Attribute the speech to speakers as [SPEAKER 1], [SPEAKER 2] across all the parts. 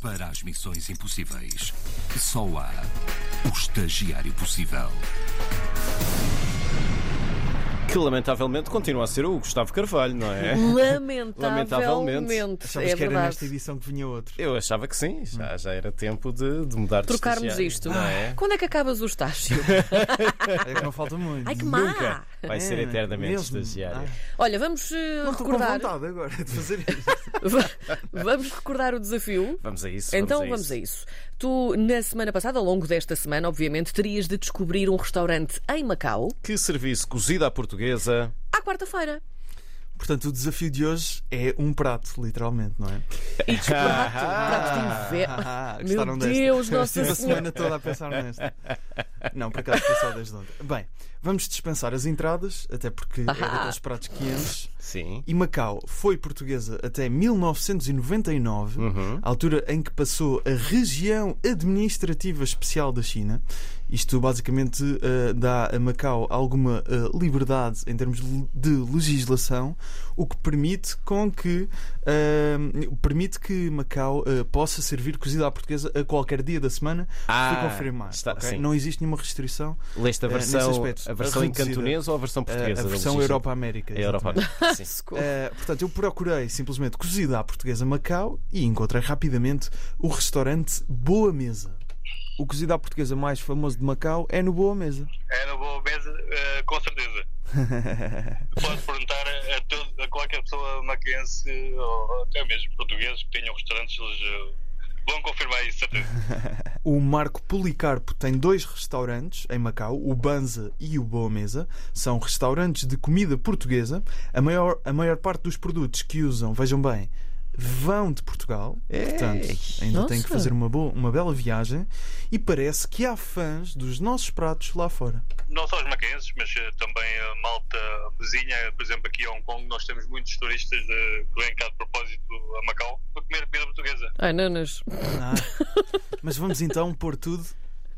[SPEAKER 1] Para as missões impossíveis, só há o estagiário possível.
[SPEAKER 2] Que lamentavelmente continua a ser o Gustavo Carvalho, não é?
[SPEAKER 3] Lamentavelmente.
[SPEAKER 2] Lamentavelmente.
[SPEAKER 4] Achavas
[SPEAKER 3] é
[SPEAKER 4] que era
[SPEAKER 3] verdade.
[SPEAKER 4] nesta edição que vinha outro.
[SPEAKER 2] Eu achava que sim, já, já era tempo de, de mudar de
[SPEAKER 3] Trocarmos
[SPEAKER 2] estagiário,
[SPEAKER 3] isto.
[SPEAKER 2] Não é?
[SPEAKER 3] Quando é que acabas o estágio?
[SPEAKER 4] É que não falta muito.
[SPEAKER 3] Ah. Ai que má!
[SPEAKER 2] Nunca vai ser
[SPEAKER 4] É,
[SPEAKER 2] eternamente
[SPEAKER 4] mesmo.
[SPEAKER 2] estagiário.
[SPEAKER 3] Olha, vamos eh,
[SPEAKER 4] Não estou com
[SPEAKER 3] recordar.
[SPEAKER 4] vontade agora de fazer isto.
[SPEAKER 3] Va- vamos recordar o desafio.
[SPEAKER 2] Vamos a isso.
[SPEAKER 3] Então
[SPEAKER 2] vamos a
[SPEAKER 3] vamos a isso. Tu, na semana passada, ao longo desta semana, obviamente, terias de descobrir um restaurante em Macau
[SPEAKER 2] Que serviço cozido à portuguesa.
[SPEAKER 3] à quarta-feira.
[SPEAKER 4] Portanto, o desafio de hoje é um prato, literalmente, não é?
[SPEAKER 3] E descobrato, prato de inverno.
[SPEAKER 4] Ah,
[SPEAKER 3] É. Meu
[SPEAKER 4] gostaram desta?
[SPEAKER 3] Deus, Nossa
[SPEAKER 4] Estive a
[SPEAKER 3] Senhora.
[SPEAKER 4] semana toda a pensar nesta. Não, por acaso foi só desde ontem. Bem, vamos dispensar as entradas, até porque é daqueles pratos quentes.
[SPEAKER 2] Sim.
[SPEAKER 4] E Macau foi portuguesa até 1999,
[SPEAKER 2] Uhum.
[SPEAKER 4] altura em que passou a região administrativa especial da China. Isto basicamente eh, dá a Macau alguma eh, liberdade em termos de- de legislação, o que permite com que eh, permite que Macau eh, possa servir cozida à portuguesa a qualquer dia da semana, se
[SPEAKER 2] Ah,
[SPEAKER 4] confirmar.
[SPEAKER 2] está-
[SPEAKER 4] ok?
[SPEAKER 2] sim.
[SPEAKER 4] Não existe nenhuma restrição.
[SPEAKER 2] Leste a
[SPEAKER 4] Eh, nesse
[SPEAKER 2] versão,
[SPEAKER 4] aspecto,
[SPEAKER 2] a versão em
[SPEAKER 4] reduzida.
[SPEAKER 2] cantonês ou a versão
[SPEAKER 4] eh,
[SPEAKER 2] portuguesa?
[SPEAKER 4] a
[SPEAKER 2] da
[SPEAKER 4] versão
[SPEAKER 2] legislação? É
[SPEAKER 4] Europa-América.
[SPEAKER 2] A Europa.
[SPEAKER 4] exatamente.
[SPEAKER 2] Sim.
[SPEAKER 3] Socorro.
[SPEAKER 4] Uh, portanto, eu procurei simplesmente cozida à portuguesa Macau e encontrei rapidamente o restaurante Boa Mesa. O cozido à portuguesa mais famoso de Macau é no Boa Mesa.
[SPEAKER 5] Era boa mesa, eh, com certeza. Pode perguntar a, a todo- a qualquer pessoa maquense ou até mesmo portugueses que tenham restaurantes, eles eh, vão confirmar isso, certeza.
[SPEAKER 4] O Marco Policarpo tem dois restaurantes em Macau, o Banza e o Boa Mesa. São restaurantes de comida portuguesa. A maior, a maior parte dos produtos que usam, vejam bem, vão de Portugal. Portanto, ainda tem que
[SPEAKER 3] Nossa.
[SPEAKER 4] fazer uma, boa, uma bela viagem. E parece que há fãs dos nossos pratos lá fora.
[SPEAKER 5] Não só os maquenses, mas eh, também a malta vizinha, por exemplo, aqui em Hong Kong, nós temos muitos turistas de, que vêm cá de propósito a Macau para comer comida portuguesa.
[SPEAKER 3] Ai, nanas.
[SPEAKER 4] Ah, mas vamos então pôr tudo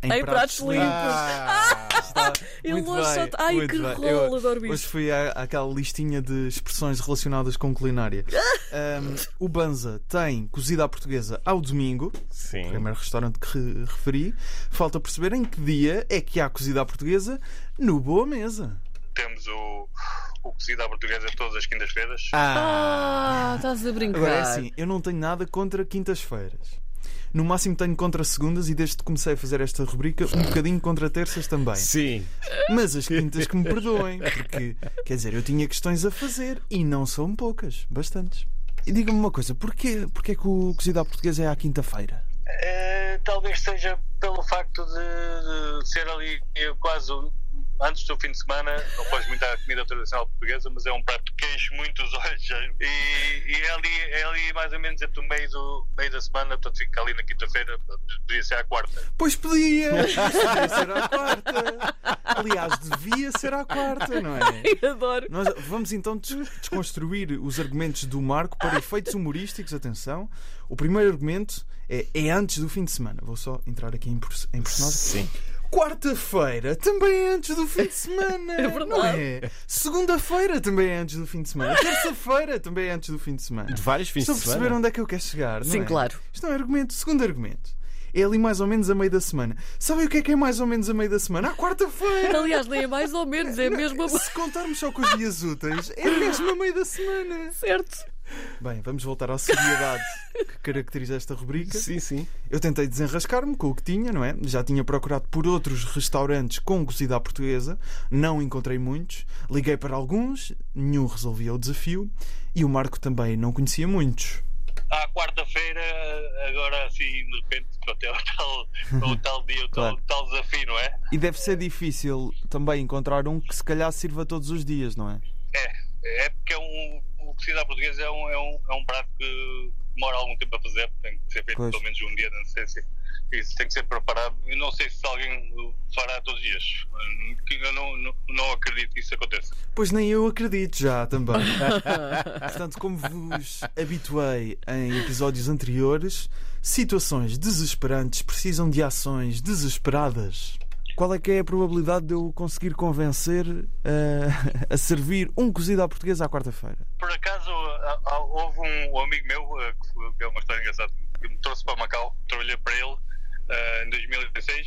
[SPEAKER 4] em,
[SPEAKER 3] Em pratos limpos.
[SPEAKER 4] Ah,
[SPEAKER 3] Ele
[SPEAKER 4] Muito
[SPEAKER 3] hoje só.
[SPEAKER 4] bem,
[SPEAKER 3] Ai,
[SPEAKER 4] muito
[SPEAKER 3] que
[SPEAKER 4] bem.
[SPEAKER 3] rolo,
[SPEAKER 4] Eu-
[SPEAKER 3] adoro
[SPEAKER 4] Hoje
[SPEAKER 3] isto.
[SPEAKER 4] fui à, àquela listinha de expressões relacionadas com culinária. Ahm, o Banza tem cozida à portuguesa ao domingo,
[SPEAKER 2] Sim.
[SPEAKER 4] primeiro restaurante que re- referi. Falta perceber em que dia é que há cozida à portuguesa no Boa Mesa.
[SPEAKER 5] Temos o, o cozido à portuguesa todas as quintas-feiras.
[SPEAKER 3] Ah, estás a brincar.
[SPEAKER 4] Agora é assim, eu não tenho nada contra quintas-feiras. No máximo tenho contra segundas e desde que comecei a fazer esta rubrica, um bocadinho contra terças também.
[SPEAKER 2] Sim.
[SPEAKER 4] Mas as quintas que me perdoem, porque quer dizer, eu tinha questões a fazer e não são poucas, bastantes. E diga-me uma coisa, porquê, porquê que o cozido à portuguesa é à quinta-feira?
[SPEAKER 5] Eh, talvez seja pelo facto de, de ser ali eh, quase um- antes do fim de semana, não faz muita comida tradicional portuguesa, mas é um prato que enche muito os olhos já. e, e é, ali, é ali mais ou menos entre o meio, do, meio da semana, portanto fica ali na quinta-feira, portanto, podia ser à quarta.
[SPEAKER 4] Pois podia! Podia ser à quarta! Aliás, devia ser à quarta, não é?
[SPEAKER 3] Adoro.
[SPEAKER 4] Nós vamos então des- desconstruir os argumentos do Marco para efeitos humorísticos. Atenção, o primeiro argumento é, é antes do fim de semana. Vou só entrar aqui em, pers- em personagem.
[SPEAKER 2] Sim.
[SPEAKER 4] Quarta-feira também é antes do fim de semana.
[SPEAKER 3] É verdade.
[SPEAKER 4] não é? Segunda-feira também é antes do fim de semana. Terça-feira também é antes do fim de semana.
[SPEAKER 2] De vários fins
[SPEAKER 4] Estão
[SPEAKER 2] de
[SPEAKER 4] a perceber
[SPEAKER 2] semana.
[SPEAKER 4] onde é que eu quero chegar? não
[SPEAKER 3] Sim,
[SPEAKER 4] é?
[SPEAKER 3] claro.
[SPEAKER 4] Isto é um argumento. Segundo argumento. É ali mais ou menos a meio da semana. Sabem o que é que é mais ou menos a meio da semana? À quarta-feira!
[SPEAKER 3] Aliás, nem é mais ou menos, é mesmo a
[SPEAKER 4] Se contarmos só com os dias úteis, é mesmo a meio da semana.
[SPEAKER 3] certo.
[SPEAKER 4] Bem, vamos voltar à seriedade que caracteriza esta rubrica.
[SPEAKER 2] Sim, sim.
[SPEAKER 4] Eu tentei desenrascar-me com o que tinha, não é? Já tinha procurado por outros restaurantes com cozida à portuguesa, não encontrei muitos. Liguei para alguns, nenhum resolvia o desafio e o Marco também não conhecia muitos.
[SPEAKER 5] À quarta-feira, agora assim, de repente, pronto, é o tal, é o tal dia, o tal,
[SPEAKER 4] Claro.
[SPEAKER 5] tal desafio, não é?
[SPEAKER 4] E deve ser difícil também encontrar um que se calhar sirva todos os dias, não é?
[SPEAKER 5] É, é porque é um, o cozido à portuguesa é um, é, um, é um prato que demora algum tempo a fazer, tem que ser feito
[SPEAKER 4] Pois.
[SPEAKER 5] pelo menos um dia, não sei se isso tem que ser preparado. Eu não sei se alguém o fará todos os dias, que eu não, não, não acredito que isso aconteça.
[SPEAKER 4] Pois nem eu acredito já também. Portanto, como vos habituei em episódios anteriores, situações desesperantes precisam de ações desesperadas. Qual é que é a probabilidade de eu conseguir convencer eh, a servir um cozido à portuguesa à quarta-feira?
[SPEAKER 5] Por acaso, há- há- houve um, um amigo meu, eh, que foi- que é uma história engraçada, que me trouxe para Macau eh,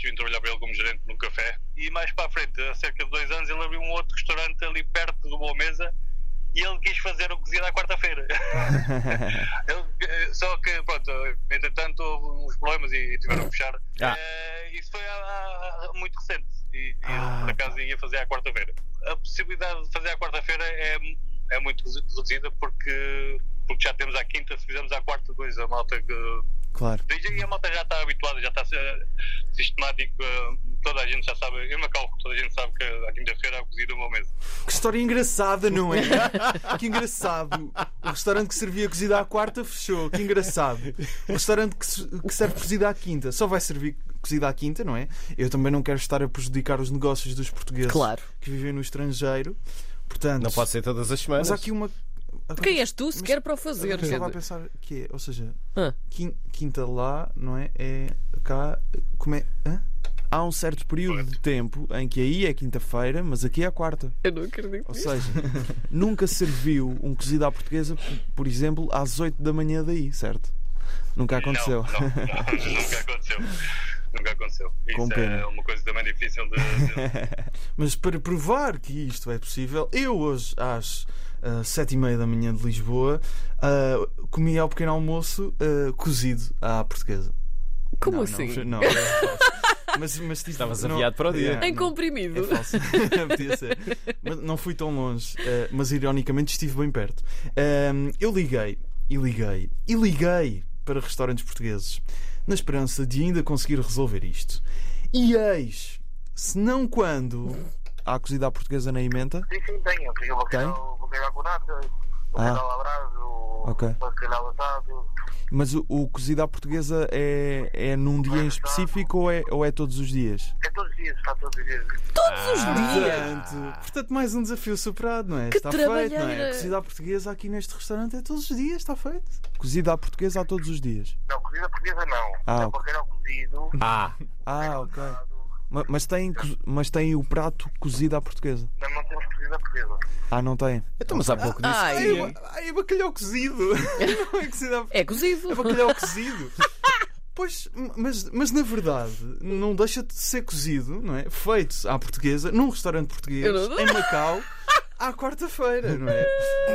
[SPEAKER 5] vim trabalhar para ele como gerente num café. E mais para a frente, há cerca de dois anos, ele abriu um outro restaurante ali perto do Boa Mesa e ele quis fazer o cozido à quarta-feira. Ele, eh, só que, pronto, entretanto houve uns problemas e tiveram que fechar.
[SPEAKER 2] Ah.
[SPEAKER 5] Eh, isso foi há- há- muito recente e, e ele,
[SPEAKER 4] Ah.
[SPEAKER 5] por acaso ia fazer à quarta-feira. A possibilidade de fazer à quarta-feira é, é muito reduzida porque, porque já temos à quinta, se fizermos à quarta, dois a malta que
[SPEAKER 4] Claro.
[SPEAKER 5] Desde aí a malta já está habituada, já está eh, sistemático, eh, toda a gente já sabe, em Macau toda a gente sabe que a quinta-feira é cozida uma mesa.
[SPEAKER 4] Que história engraçada, não é? que engraçado. O restaurante que servia cozida à quarta fechou. Que engraçado. O restaurante que, se- que serve cozida à quinta só vai servir cozida à quinta, não é? Eu também não quero estar a prejudicar os negócios dos portugueses
[SPEAKER 3] Claro.
[SPEAKER 4] que vivem no estrangeiro. Portanto,
[SPEAKER 2] Não pode ser todas as semanas.
[SPEAKER 4] mas há aqui um uma.
[SPEAKER 3] Quem és tu sequer para o é fazer?
[SPEAKER 4] Eu
[SPEAKER 3] quer
[SPEAKER 4] estava a
[SPEAKER 3] dizer.
[SPEAKER 4] pensar que é, ou seja,
[SPEAKER 3] Ah.
[SPEAKER 4] quin- quinta lá, não é? É cá, como é? Hã? Há um certo período de tempo em que aí é quinta-feira, mas aqui é a quarta.
[SPEAKER 3] Eu não acredito.
[SPEAKER 4] Ou seja, nunca serviu um cozido à portuguesa, por exemplo, às 8 da manhã daí, certo? Nunca aconteceu.
[SPEAKER 5] Não, não, não, nunca aconteceu. Nunca aconteceu. Isso
[SPEAKER 4] Com
[SPEAKER 5] é
[SPEAKER 4] pena.
[SPEAKER 5] uma coisa também difícil de. de-
[SPEAKER 4] Mas para provar que isto é possível, eu hoje às ah, sete e meia da manhã de Lisboa ah, comi ao pequeno almoço ah, cozido à portuguesa.
[SPEAKER 3] Como
[SPEAKER 4] não,
[SPEAKER 3] assim?
[SPEAKER 4] Não, não, é falso. mas, mas tipo,
[SPEAKER 2] Estavas
[SPEAKER 4] não-
[SPEAKER 2] aviado para o dia.
[SPEAKER 4] Yeah,
[SPEAKER 3] Em
[SPEAKER 4] não.
[SPEAKER 3] comprimido.
[SPEAKER 4] É falso. Podia ser. Mas não fui tão longe. eh, mas ironicamente estive bem perto. Ahm, eu liguei e liguei e liguei para restaurantes portugueses na esperança de ainda conseguir resolver isto. E eis, se não quando. Há cozida à portuguesa na emenda?
[SPEAKER 5] Sim, sim, tenho. porque Eu vou
[SPEAKER 4] Tem? Ah.
[SPEAKER 5] o bacalhau com natas, o bacalhau à brasa, o
[SPEAKER 4] Ok.
[SPEAKER 5] bacalhau assado.
[SPEAKER 4] Mas o, o cozido à portuguesa é, é num dia em específico ou é, ou é todos os dias?
[SPEAKER 5] É todos os dias, está todos os dias.
[SPEAKER 3] Todos os dias.
[SPEAKER 4] Portanto, portanto, mais um desafio superado, não é?
[SPEAKER 3] Que
[SPEAKER 4] está feito, não
[SPEAKER 3] trabalheira.
[SPEAKER 4] é? Cozida à portuguesa aqui neste restaurante é todos os dias, está feito. Cozida à portuguesa há todos os dias.
[SPEAKER 5] Não, cozida portuguesa não.
[SPEAKER 4] Ah,
[SPEAKER 5] é
[SPEAKER 4] ok.
[SPEAKER 5] bacalhau cozido.
[SPEAKER 2] Ah,
[SPEAKER 4] Ah, ok. Ma- Mas tem, co- mas tem o prato cozido à portuguesa.
[SPEAKER 5] Não, não temos cozida portuguesa.
[SPEAKER 4] Ah, não tem.
[SPEAKER 2] então, mas há pouco disse.
[SPEAKER 3] Ai.
[SPEAKER 2] que tinha.
[SPEAKER 4] Ai, é bacalhau cozido. Não é cozido à
[SPEAKER 3] É cozido.
[SPEAKER 4] É bacalhau cozido. Pois, mas, mas na verdade não deixa de ser cozido, não é? Feito à portuguesa, num restaurante português,
[SPEAKER 3] Eu não-
[SPEAKER 4] em Macau, à quarta-feira, não é?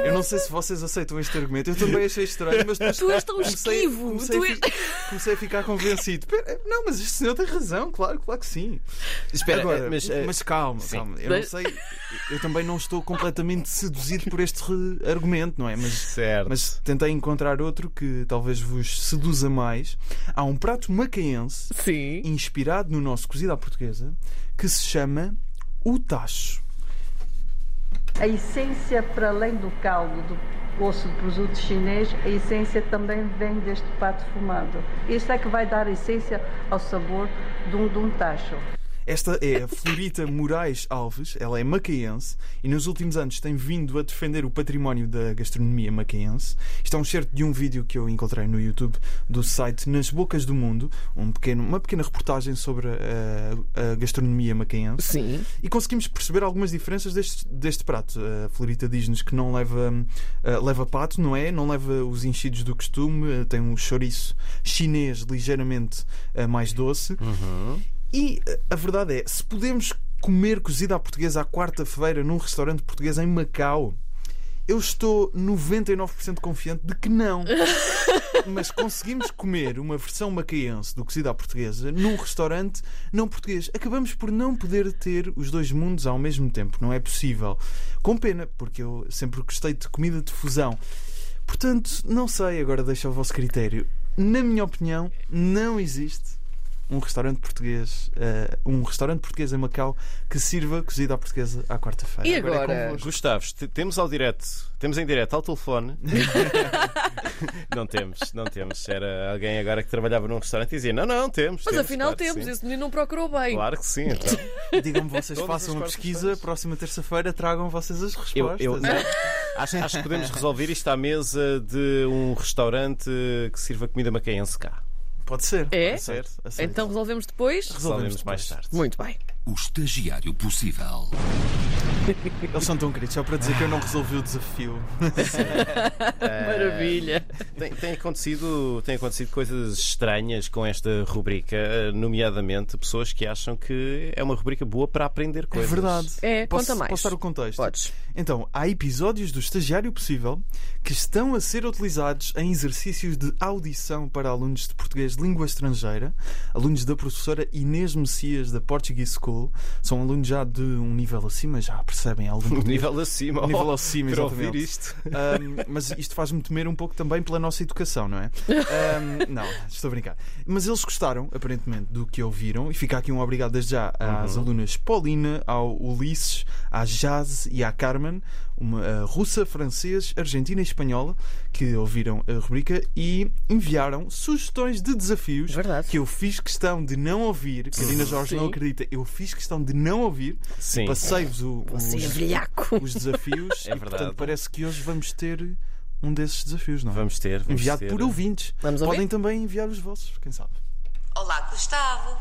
[SPEAKER 4] Eu não sei se vocês aceitam este argumento, eu também achei estranho, mas depois
[SPEAKER 3] Tu és tão
[SPEAKER 4] comecei,
[SPEAKER 3] esquivo.
[SPEAKER 4] Comecei,
[SPEAKER 3] Tu é-
[SPEAKER 4] a
[SPEAKER 3] és-
[SPEAKER 4] fi- comecei a ficar convencido. Pera, não, mas este senhor tem razão, claro, claro que sim.
[SPEAKER 2] Espera,
[SPEAKER 4] Agora,
[SPEAKER 2] mas,
[SPEAKER 4] mas,
[SPEAKER 2] eh,
[SPEAKER 4] calma, calma. Eu não
[SPEAKER 3] Mas-
[SPEAKER 4] sei, eu também não estou completamente seduzido por este re- argumento, não é? Mas
[SPEAKER 2] Certo.
[SPEAKER 4] mas tentei encontrar outro que talvez vos seduza mais. Há um prato macaense
[SPEAKER 3] Sim.
[SPEAKER 4] inspirado no nosso cozido à portuguesa que se chama o tacho.
[SPEAKER 6] A essência, para além do caldo do osso de presunto chinês, a essência também vem deste pato fumado. Isto é que vai dar a essência ao sabor de um, de um tacho.
[SPEAKER 4] Esta é a Florita Moraes Alves, ela é macaense e nos últimos anos tem vindo a defender o património da gastronomia macaense. Isto é um certo de um vídeo que eu encontrei no YouTube do site Nas Bocas do Mundo, um pequeno- uma pequena reportagem sobre a, a gastronomia macaense.
[SPEAKER 3] Sim.
[SPEAKER 4] E conseguimos perceber algumas diferenças deste, deste prato. A Florita diz-nos que não leva, hum, ah, leva pato, não é? Não leva os enchidos do costume, ah, tem um chouriço chinês ligeiramente ah, mais doce. E ah, a verdade é, se podemos comer cozida à portuguesa à quarta-feira num restaurante português em Macau, eu estou 99% confiante de que não. Mas conseguimos comer uma versão macaense do cozido à portuguesa num restaurante não português. Acabamos por não poder ter os dois mundos ao mesmo tempo. Não é possível. Com pena, porque eu sempre gostei de comida de fusão. Portanto, não sei, agora deixo ao vosso critério. Na minha opinião, não existe um restaurante português, eh, um restaurante português em Macau que sirva cozida à portuguesa à quarta-feira.
[SPEAKER 3] E
[SPEAKER 4] é
[SPEAKER 3] agora?
[SPEAKER 4] convosco.
[SPEAKER 2] Gustavos, te- temos ao direto, temos em direto ao telefone. não temos, não temos. Era alguém agora que trabalhava num restaurante e dizia: Não, não, temos.
[SPEAKER 3] Mas afinal
[SPEAKER 2] claro que
[SPEAKER 3] temos.
[SPEAKER 2] sim."
[SPEAKER 3] Esse menino não procurou bem.
[SPEAKER 2] Claro que sim, então.
[SPEAKER 4] Digam-me vocês,
[SPEAKER 2] Todas as
[SPEAKER 4] façam uma pesquisa,
[SPEAKER 2] quartas-feiras.
[SPEAKER 4] próxima terça-feira tragam vocês as
[SPEAKER 2] Eu,
[SPEAKER 4] respostas. É.
[SPEAKER 2] eu- acho, acho que podemos resolver isto à mesa de um restaurante que sirva comida macaense cá.
[SPEAKER 4] Pode ser. é
[SPEAKER 3] É?
[SPEAKER 4] Aceito, aceito.
[SPEAKER 3] Então resolvemos depois?
[SPEAKER 4] Resolvemos
[SPEAKER 2] Resolvemos mais
[SPEAKER 4] depois.
[SPEAKER 2] tarde.
[SPEAKER 3] Muito bem.
[SPEAKER 1] o estagiário possível.
[SPEAKER 4] Eles são tão queridos, só para dizer que eu não resolvi o desafio.
[SPEAKER 3] Maravilha.
[SPEAKER 2] Tem, tem acontecido, tem acontecido coisas estranhas com esta rubrica, eh, nomeadamente pessoas que acham que é uma rubrica boa para aprender
[SPEAKER 4] É
[SPEAKER 2] coisas.
[SPEAKER 4] verdade.
[SPEAKER 3] É,
[SPEAKER 4] posso,
[SPEAKER 3] conta mais.
[SPEAKER 4] Posso dar o contexto?
[SPEAKER 3] Podes.
[SPEAKER 4] Então, há episódios do Estagiário Possível que estão a ser utilizados em exercícios de audição para alunos de português de língua estrangeira, alunos da professora Inês Messias da Portuguese School. São alunos já de um nível acima, já percebem algum
[SPEAKER 2] Um
[SPEAKER 4] português.
[SPEAKER 2] nível acima.
[SPEAKER 4] Um nível
[SPEAKER 2] Oh,
[SPEAKER 4] acima,
[SPEAKER 2] para
[SPEAKER 4] exatamente.
[SPEAKER 2] ouvir isto.
[SPEAKER 4] Ahm, mas isto faz-me temer um pouco também pela nossa educação, não é? Ahm, não, estou a brincar. Mas eles gostaram, aparentemente, do que ouviram. E fica aqui um obrigado desde já
[SPEAKER 3] Uhum.
[SPEAKER 4] às alunas Paulina, ao Ulisses, à Jazz e à Carmen, uma ah, russa, francês, argentina e espanhola, que ouviram a rubrica e enviaram sugestões de desafios
[SPEAKER 3] É Verdade.
[SPEAKER 4] que eu fiz questão de não ouvir. Karina Jorge não
[SPEAKER 3] Sim.
[SPEAKER 4] acredita, eu fiz questão de não ouvir.
[SPEAKER 2] Sim.
[SPEAKER 4] Passei-vos o,
[SPEAKER 3] Você é
[SPEAKER 4] os-
[SPEAKER 3] velhaco.
[SPEAKER 4] os desafios.
[SPEAKER 2] É
[SPEAKER 4] e,
[SPEAKER 2] verdade.
[SPEAKER 4] portanto, parece que hoje vamos ter um desses desafios, não é?
[SPEAKER 2] Vamos ter. Vamos
[SPEAKER 4] Enviado
[SPEAKER 2] ter.
[SPEAKER 4] por ouvintes.
[SPEAKER 3] Vamos ouvir?
[SPEAKER 4] Podem também enviar os vossos, quem sabe.
[SPEAKER 7] Olá, Gustavo.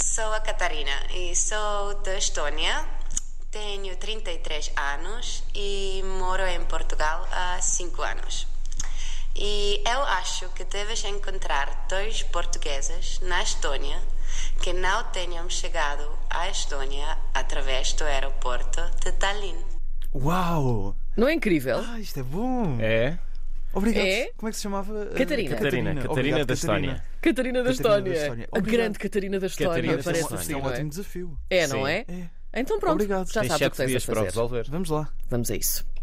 [SPEAKER 7] Sou a Catarina e sou da Estônia. Tenho 33 anos e moro em Portugal há 5 anos. E eu acho que deves encontrar dois portugueses na Estônia que não tenham chegado à Estônia através do aeroporto de Tallinn.
[SPEAKER 4] Uau!
[SPEAKER 3] Não é incrível?
[SPEAKER 4] Ah, isto é bom!
[SPEAKER 2] É?
[SPEAKER 4] Obrigado.
[SPEAKER 3] É?
[SPEAKER 4] Como é que se chamava?
[SPEAKER 3] Catarina.
[SPEAKER 2] Catarina, Catarina
[SPEAKER 4] Obrigado,
[SPEAKER 2] da
[SPEAKER 4] Catarina.
[SPEAKER 2] Estónia.
[SPEAKER 3] Catarina da
[SPEAKER 4] Catarina da
[SPEAKER 3] História.
[SPEAKER 4] Estónia.
[SPEAKER 3] A
[SPEAKER 4] Obrigado.
[SPEAKER 3] grande Catarina da História.
[SPEAKER 2] Catarina da
[SPEAKER 3] Parece
[SPEAKER 2] Estónia.
[SPEAKER 4] Isto
[SPEAKER 3] assim,
[SPEAKER 4] é um
[SPEAKER 3] não
[SPEAKER 4] ótimo
[SPEAKER 3] é?
[SPEAKER 4] desafio.
[SPEAKER 3] É, não
[SPEAKER 2] Sim.
[SPEAKER 3] é? Então pronto.
[SPEAKER 4] Obrigado.
[SPEAKER 3] Já
[SPEAKER 2] Tem
[SPEAKER 3] sabes o
[SPEAKER 2] sete
[SPEAKER 3] que tens a
[SPEAKER 2] dias para
[SPEAKER 3] fazer.
[SPEAKER 2] resolver.
[SPEAKER 4] Vamos lá.
[SPEAKER 3] Vamos a isso.